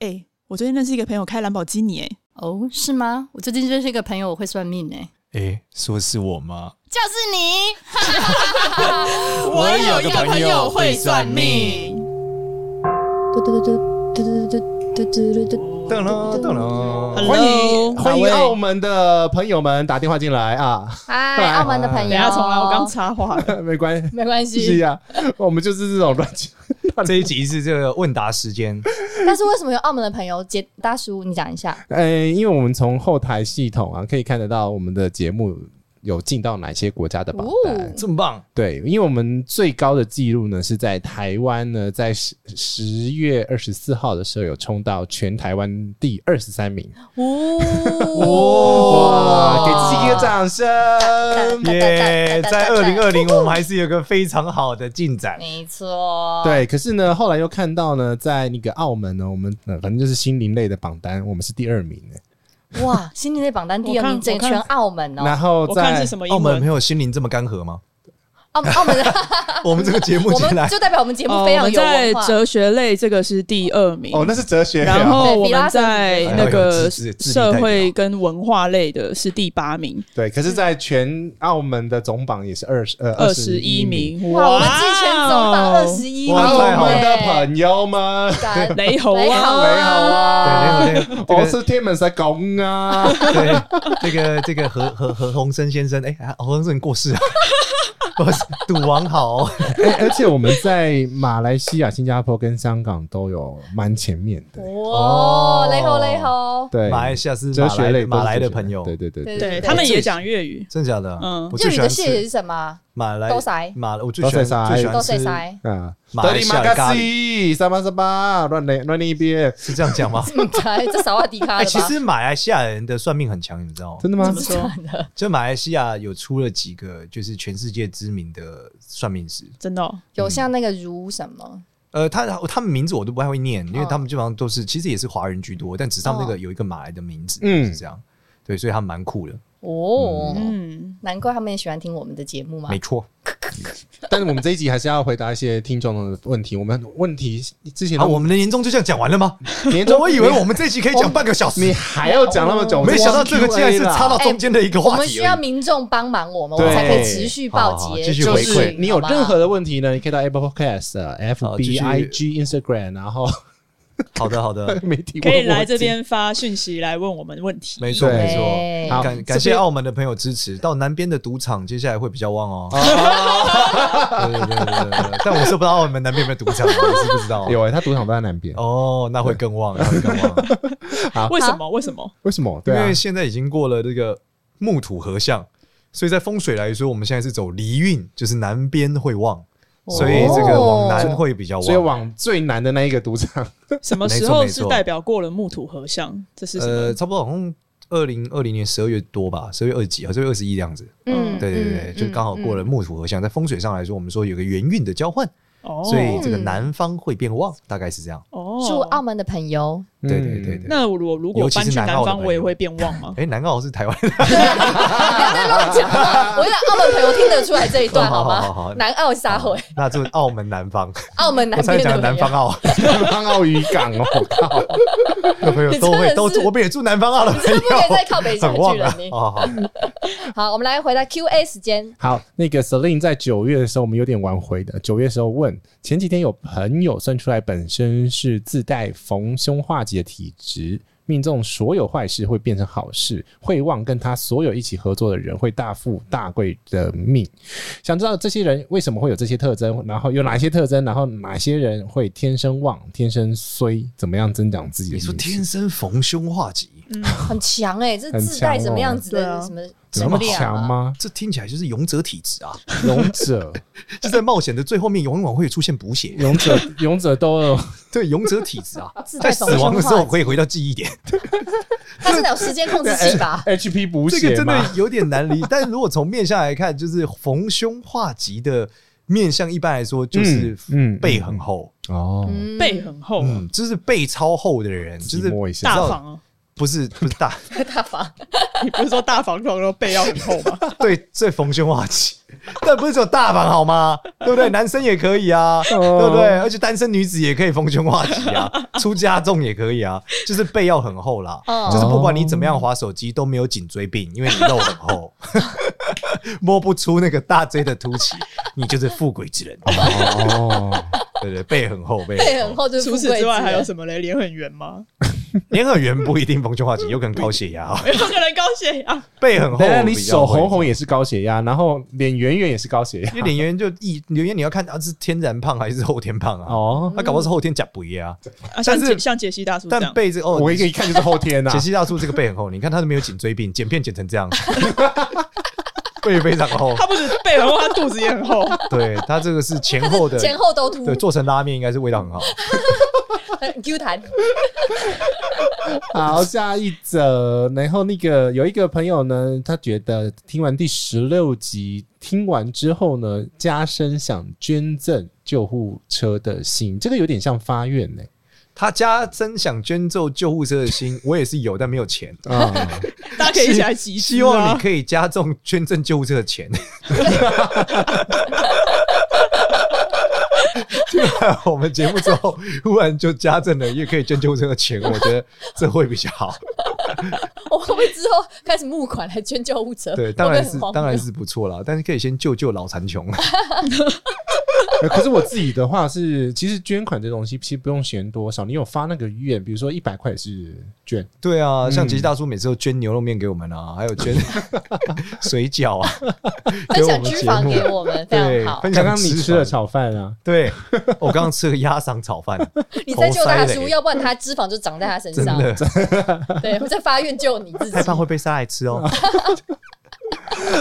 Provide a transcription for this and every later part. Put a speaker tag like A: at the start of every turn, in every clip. A: 哎、我最近认识一个朋友开兰博基尼、哎，
B: 哦，是吗？我最近认识一个朋友，我会算命哎、
C: 诶，说是我吗？
B: 就是你。
C: 我有个朋友会算命。
D: 嘟嘟嘟嘟嘟嘟嘟嘟嘟嘟。
E: 噔喽噔喽，
A: Hello，
E: 欢迎
A: 哪
E: 欢
A: 位
E: 迎澳门的朋友们打电话进来啊，
D: 嗨，澳门的朋友，
A: 等一下重来，我刚插话了。
E: 没关
B: 没关
E: 系，啊， 我们就是这种乱七
C: 这一集是这个问答时间，
D: 但是为什么有澳门的朋友接大叔？你讲一 下。
E: 呃，因为我们从后台系统啊，可以看得到我们的节目有进到哪些国家的榜单。
B: 哦
C: 这么棒！
E: 对，因为我们最高的记录呢是在台湾呢，在十十月二十四号的时候有冲到全台湾第二十三名，哇，给自己一个掌声！
C: 耶，在二零二零，我们还是有个非常好的进展。
D: 没错，
E: 对，可是呢，后来又看到呢，在那个澳门呢，我们、呃反正就是心灵类的榜单，我们是第二名呢。
D: 哇，心灵类榜单第二
A: 我
D: 名，
A: 看
D: 整个全澳门哦
E: 然，后
A: 我看
E: 在
A: 是什么
C: 澳
A: 英
C: 门
A: 文
C: 没？有心灵这么干涸吗？
D: 澳澳门的，
C: 我们这个节目
D: 我
C: 进来
D: 们就代表我们节目
A: 哦
D: 非
A: 我
D: 常
A: 们
D: 有
A: 在
D: 文化。
A: 哲学类这个是第二名，
E: 哦，那是哲学、
A: 然
E: 啊，
A: 后
D: 对
A: 我
D: 比拉
A: 们
D: 森
A: 在
C: 哎
A: 那
C: 有
A: 个
C: 自制自立
A: 社
C: 代
A: 会
C: 表
A: 跟文化类的是第八名，
E: 对，可是，在全澳门的总榜也是二十呃
A: 二十一。名。哦
D: 哇，我们自己全总榜二十一名，
C: 哇太
E: 澳
C: 好了
E: 门的朋友们，
D: 感恩
A: 雷猴
D: 雷
A: 啊
D: 猴！
C: 对，
D: 啊，
C: 没有没有
E: 我
C: 这
E: 哦是天门在公啊，
C: 个对这个这个何何何鸿燊先生，哎，啊 何鸿燊过世了，我是赌王好，
E: 哎而且我们在马来西亚、新加坡跟香港都有蛮前面的。
D: 哇，雷猴雷猴，
E: 对，
C: 马来西亚是
E: 哲
C: 马
E: 学
C: 来
E: 类
C: 的
E: 都是
C: 马来
E: 哲
C: 的
E: 学
C: 朋友，
E: 对对对对，
A: 对
D: 对
A: 他们也讲粤语，
C: 真的假的？
A: 嗯
C: 我
D: 粤
C: 最
D: 语
C: 喜欢
D: 的谢谢
C: 吃
D: 是什么？
C: 马来
D: 豆塞
C: 马来，我最喜欢
E: 豆塞
C: 最喜
D: 豆
C: 欢
D: 塞
C: 吃，
D: 塞，
E: 啊，
C: 马来西亚的咖喱
E: 西三八三八，乱那乱那一边，
C: 是这样讲吗？
D: 嗯，才这少瓦迪卡
C: 哎，
D: 了
C: 其
D: 吧？
C: 实马来西亚人的算命很强，你知道吗？
E: 真的吗
A: 怎么？说？
C: 就马来西亚有出了几个，就是全世界知名的算命师。
A: 真的哦
D: 有像那个如什么？
C: 呃，他他们名字我都不太会念，因为
D: 哦
C: 他们基本上都是其实也是华人居多，但只是他们那个有一个马来的名字，
E: 嗯
C: 是这样。对，所以他们蛮酷的，
D: 哦，
A: 嗯，
D: 难怪他们也喜欢听我们的节目嘛
C: 没。错。
E: 但是我们这一集还是要回答一些听众的问题。我们问题之前
C: 啊，
E: 都
C: 我们的年终就这样讲完了吗？
E: 年终，
C: 我以为我们这一集可以讲半个小
E: 你
C: 时，
E: 还要讲那么久，
C: 没想到这个竟然是插到
D: 哎
C: 中间的一个
D: 我
C: 话题而已。
D: 们需要民众帮忙我们，我们
E: 对
D: 才可以持续报捷，
C: 好继续
E: 就
C: 回
E: 是
C: 馈
E: 你有任何
D: 的
E: 的问题呢，你可以到 Apple Podcast、呃
C: 好继
E: FB、
C: 续
E: IG、Instagram，然后
C: 好的，好的，
E: 媒体
A: 可以
E: 问我
A: 来这边发讯息来问我们问题。
C: 没错，
E: 对
C: 没错。
E: 好
C: 感
E: 这
C: 感谢
E: 边
C: 澳门的朋友支持，到南边的赌场接下来会比较旺哦。对对对对 对对，但我是不知道澳门南边有没有赌场，我是不知道。
E: 有哎，他赌场都在南边，
C: 哦，那会更旺，那会更旺，
E: 啊
A: 为什么？为什么？
E: 为什么？
C: 因
E: 对啊
C: 为，现在已经过了这个木土合相，所以在风水来说，我们现在是走离运，就是南边会旺，
D: 哦
C: 所以这个往南会比较
E: 哦所以
C: 旺。
E: 往最南的那一个赌场，
A: 什么时
C: 没错
A: 候
C: 没
A: 是
C: 错
A: 代表过了木土合相？这是什
C: 呃，
A: 么？
C: 差不多好像二零二零年十二月多吧，十二月二十几，好像二十一这样子。
D: 嗯
C: 对对对，就刚好过
E: 嗯
C: 了。木土合相，在风水上来说，我们说有个元运的交换。
A: 哦，
C: 呃所以这个南方会变旺，大概是这样。
A: 哦
D: 嗯，祝澳门的朋 友，
C: 对对对对。
E: 嗯
A: 那我如如果
C: 尤其
A: 搬
C: 是
A: 去
C: 南
A: 南
C: 澳的
A: 方，
C: 朋
A: 我也
C: 友
A: 会变旺 吗？
C: 哎，南澳是台湾人，
D: 不要再乱讲了。我想澳门朋友听得出来这一段
C: 哦好好好好
D: 吗？
C: 好
D: 南澳撒回，
C: 那就是澳门南方。
D: 澳门 南
C: 我才
D: 边的朋
C: 讲南
D: 友
C: 方。澳，
E: 南澳渔港哦，我靠，
C: 有 朋友都
D: 你真的
C: 会
D: 是
C: 都，我们也住南方澳的朋
D: 真不可以再
C: 友，
D: 靠北下
C: 很
D: 去
C: 旺
D: 了
C: 啊！
D: 你。
C: 好好好，
D: 好，我们来回答 Q&A 时间。
E: 好，那个 Celine 在九月的时候，我们有点晚回的。九月的时候问，前几天有朋友算出来本身是自带逢凶化吉的体质，命中所有坏事会变成好事，会旺跟他所有一起合作的人会大富大贵的命。想知道这些人为什么会有这些特征，然后有哪些特征，然后哪些人会天生旺、天生衰，怎么样增长自己的
C: 你
E: 运势？
C: 说天生逢凶化吉，
D: 很强哎、欸，这
E: 很
D: 自带
E: 强
D: 什么
E: 哦
D: 样子
A: 对啊
D: 的什么
E: 有那
D: 能
E: 么
D: 量、啊？
E: 强吗？
C: 这听起来就是勇者体质啊！
E: 勇者，
C: 就在冒险的最后面，往往会出现补血。
E: 勇者，勇者 都有。
C: 对，勇者体质啊，
D: 自
C: 在
D: 带
C: 死
D: 防身
C: 亡的时
D: 化
C: 候可以回到记忆点，
D: 它是有时间控制器吧？
E: HP 补
C: 这个
E: 血
C: 真
E: 嘛？
C: 的有点难理。 但如果从面相来看，就是逢凶化吉的面相，一般来说就是
E: 嗯嗯嗯
C: 背很厚。
E: 哦，
D: 嗯
A: 背很厚啊，
C: 嗯嗯，就是背超厚的人，就是
E: 摸一 下
A: 大方啊，
C: 不是不是大，
D: 大法，
A: 你不是说大房床然后背要很厚 吗？
C: 对，最逢凶化吉， 但不是只有大房好吗？对不对？ 男生也可以啊，
E: 哦
C: 对不对？而且单身女子也可以逢凶化吉啊， 出家众也可以啊，就是背要很厚啦，
D: 嗯
C: 就是不管你怎么样划手机都没有颈椎病，因为你肉很厚， 摸不出那个大椎的凸起，你就是富贵之人，
E: 哦，
C: 对不对？背很厚，背
D: 背
C: 很
D: 很
C: 厚，
D: 厚就是
A: 除
D: 富
A: 此
D: 贵啊
A: 之外还有
D: 么？
A: 什么嘞？脸很圆吗？
C: 脸很圆不一定逢凶化吉，有可能高血压啊，
A: 有可能高血压。啊
C: 背很厚比较
E: 当
C: 会，
E: 啊然你手红红也是高血压，然后脸圆圆也是高血压
C: 因为脸圆就一脸圆，你要看啊是天然胖还是后天胖啊？
E: 哦。嗯
C: 他搞不好是后天假不一啊，
A: 啊，像
C: 但是
A: 杰像杰西大叔这
C: 但
A: 样，
C: 背这哦，
E: 我一个一看就是后天啊呐、
C: 解析大叔这个背很厚，你看他都没有颈椎病，剪片剪成这样， 背非常厚。
A: 他不止背很厚，他肚子也很 厚。
C: 对他这个是前后 的，
D: 前后都秃
C: 对做成拉面应该是味道很好。
D: ，Q 弹，
E: 好，下一则，然后那个有一个朋友呢，他觉得听完第十六集，听完之后呢，加深想捐赠救护车的心，这个有点像发愿 呢、
C: 他家真想捐赠救护车的心，我也是有，但没有钱。
E: 啊、
A: 大家可以一起来集资啊
C: 希望你可以加重捐赠救护车 的钱。听完啊我们节目之后，忽然就加赠了，也可以捐救护车的钱，我觉得这会比较 好。
D: 我会不会之后开始募款来捐救护车？
C: 对，当然是
D: 会不会很荒谬
C: 当然是不错啦，但是可以先救救老 残穷。
E: 可是我自己的话是，其实捐款这东西其实不用嫌多少，你有发那个愿，比如说一百块也是捐，
C: 对啊，像
E: 嗯
C: 杰西大叔每次都捐牛肉面给我们啊，还有捐 水饺 啊，给
D: 嗯分
C: 我
D: 享
C: 们
D: 脂
C: 节
D: 肪
C: 目
D: 给。我们，非
C: 对
D: 常，好。
C: 分享
E: 刚刚你吃了炒饭啊，
C: 对，我刚刚吃了鸭嗓炒饭，
D: 你在救大
C: 头塞
D: 叔，
C: 嘞
D: 要不然啊他脂肪就长在他身
C: 真
D: 上。
C: 的
D: 对，我在发愿救你自己
C: 太。胖会被杀来吃哦。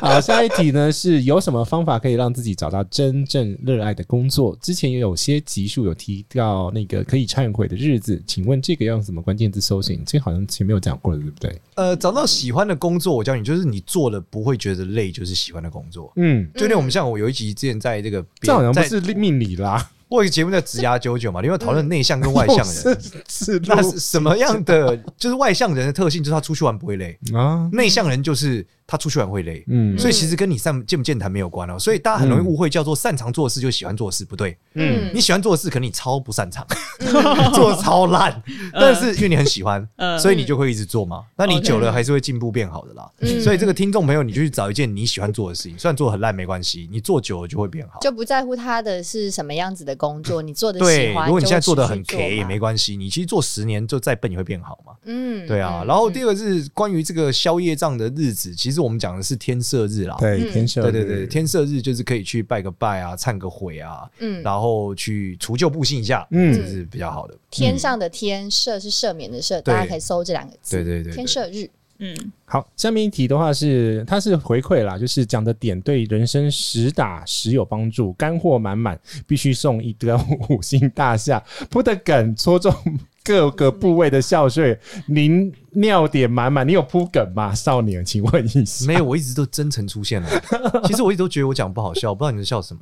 E: 好，下一题呢是有什么方法可以让自己找到真正热爱的工作？之前也有些集数有提到那个可以忏悔的日子，请问这个要用什么关键字搜寻？这好像前面有讲过了，对不对？
C: 呃，找到喜欢的工作，我教你，就是你做了不会觉得累，就是喜欢的工作。
E: 嗯，
C: 就连我们像我有一集之前在这个别
E: 这好像不
C: 在
E: 是命理啦，
C: 我有一个节目叫《职涯九九》嘛，因为讨论内向跟外向
E: 又
C: 人，
E: 是是
C: 那嗯是什么样的？就是外向人的特性，就是他出去玩不会累，
E: 啊，
C: 内向人就是他出去玩会累。
E: 嗯
C: 所以其实跟你善健不健谈没有关哦，所以大家很容易误会叫做擅长做事就喜欢做事，不对。
E: 嗯，
C: 你喜欢做的事，可能你超不擅长， 做得超烂，但是因为你很喜欢，
A: 嗯
C: 所以你就会一直做嘛。那你久了还是会进步变好的啦。
D: 哦嗯
C: 所以这个听众朋友，你就去找一件你喜欢做的事情，虽然做得很烂没关系，你做久了就会变好。
D: 就不在乎他的是什么样子的工作，你做的
C: 对
D: 喜，欢，
C: 如果你现在做的
D: 的
C: 很 K 也没关系，你其实做十年就再笨也会变好嘛。
D: 嗯
C: 对啊，
D: 嗯
C: 然后第二个是关于这个宵夜账的日子，其实我们讲的是天赦日啦。
E: 对，
D: 嗯
E: 天赦，
C: 对对对，天赦日就是可以去拜个拜啊，忏个悔啊，
D: 嗯，
C: 然后去除旧布新一下，
E: 嗯
C: 这是比较好的。
D: 天上的天赦是赦免的赦，
C: 对
D: 大家可以搜这两个字，
C: 对对对对
D: 天赦日，
A: 嗯，
E: 好，下面一题的话是，它是回馈啦，就是讲的点对人生实打实有帮助，干货满满，必须送一个五星大厦，铺的梗戳中各个部位的笑穴，您尿点满满，你有铺梗吗，少年？请问一下，
C: 没有，我一直都真诚出现了。其实我一直都觉得我讲不好笑，不知道你们笑什么。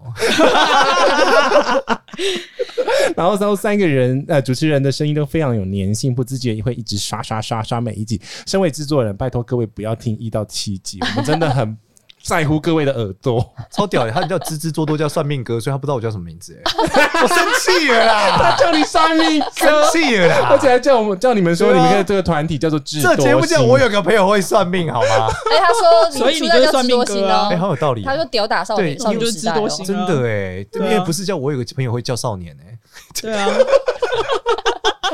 E: 然后然后三个人，呃，主持人的声音都非常有粘性，不自觉会一直刷刷刷刷每一集。身为制作人，拜托各位不要听一到七集，我们真的很 在乎各位的耳朵。
C: 超屌的，欸他叫吱吱多多，叫算命哥，所以他不知道我叫什么名字。哎 我生气了啦，
E: 他叫你算命
C: 生气了
E: 而
C: 啦
E: 且。还叫我们叫你们说，
C: 对
E: 你
C: 啊
E: 们的这个团体叫做智多
C: 这
E: 星。
C: 节目叫 我有个朋友会算命，好吗？
D: 哎，他说
A: 所以
D: 出
A: 你
D: 道
A: 就是
D: 叫
A: 算
D: 智
A: 命
D: 多
A: 哥
D: 星
A: 啊
D: 哦
C: 哎，，好有道理。
D: 他说屌打少
C: 对
D: 年，少
A: 你
D: 女
A: 就是
D: 时
A: 智
D: 代
A: 多
D: 哦，
A: 星
C: 真的哎，因
A: 啊
C: 为不是叫我有个朋友会叫少年哎，
A: 对啊，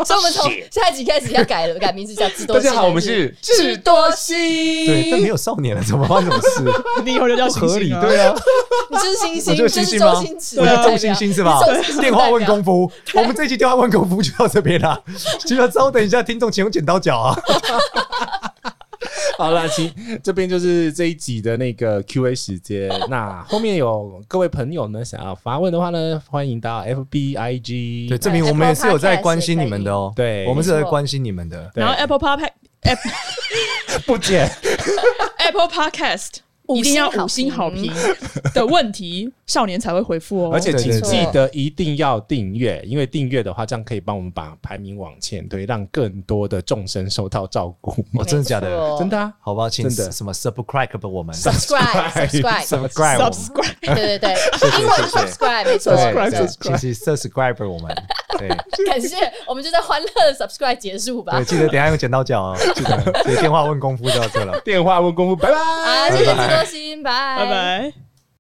D: 所以我们从下一集开始要改了，改名字叫 智多
E: 大
D: 星的日。
E: 家好，我们是
D: 智多星，
C: 对，但没有少年了，怎么办？怎么 事？
A: 你以后就叫
C: 不
A: 星
C: 合
A: 星
C: 理，
A: 啊。
C: 对啊，
D: 你就是星
C: 我
D: 星，就
C: 就
D: 是
C: 星
D: 是
C: 星吗
D: 周星驰
C: 我
D: 的
C: 是
D: 代表，
C: 周星星是吧
D: 你是周星？驰
C: 电话问
D: 代表
C: 功夫，我们这一期电话问功夫就到这 边啦。其实稍等一下，听众请用剪刀脚啊。
E: 好了，请这边就是这一集的那个 Q&A 时间。那后面有各位朋友呢，想要发问的话呢，欢迎到 FB IG。
C: 对，
D: 对
C: 证
D: 哎
C: 明我
D: Apple
C: 们也是
E: 哎
C: 有在
D: Podcast
C: 关心
D: 也可
C: 你们的哦。
E: 以对
C: 我们是有
D: 没
C: 在
D: 错
C: 关心你们的。
E: 对
A: 然后 Apple Podcast
E: 不解
A: Apple Podcast 一定要
D: 五
A: 五
D: 星
A: 星
D: 好
A: 好
D: 评
A: 评的问题，少年才会回复哦。
E: 而且请
C: 对对
E: 记
D: 对
E: 得一定要订阅，因为订阅的话，这样可以帮我们把排名往前推，让更多的众生受到照顾。
C: 哦，真的假
D: 没
C: 的？
D: 错
E: 真的啊，
C: 好吧，请
E: 真的
C: 什么 subscribe 我们
D: subscribe，subscribe，
C: subscribe 我们
A: subscribe
D: 对对对，英文 subscribe 没错，
C: 对，
A: subscribe，
C: 对
A: subscribe
C: 请请 subscribe 我们，对
D: 感谢，我们就在欢乐的 subscribe 结束吧
C: 对，。记得等一下用剪刀脚哦，记 得，对，电话问功夫就到这了。
E: 电话问功夫，拜拜。
D: 啊，谢谢智多星，拜
A: 拜拜。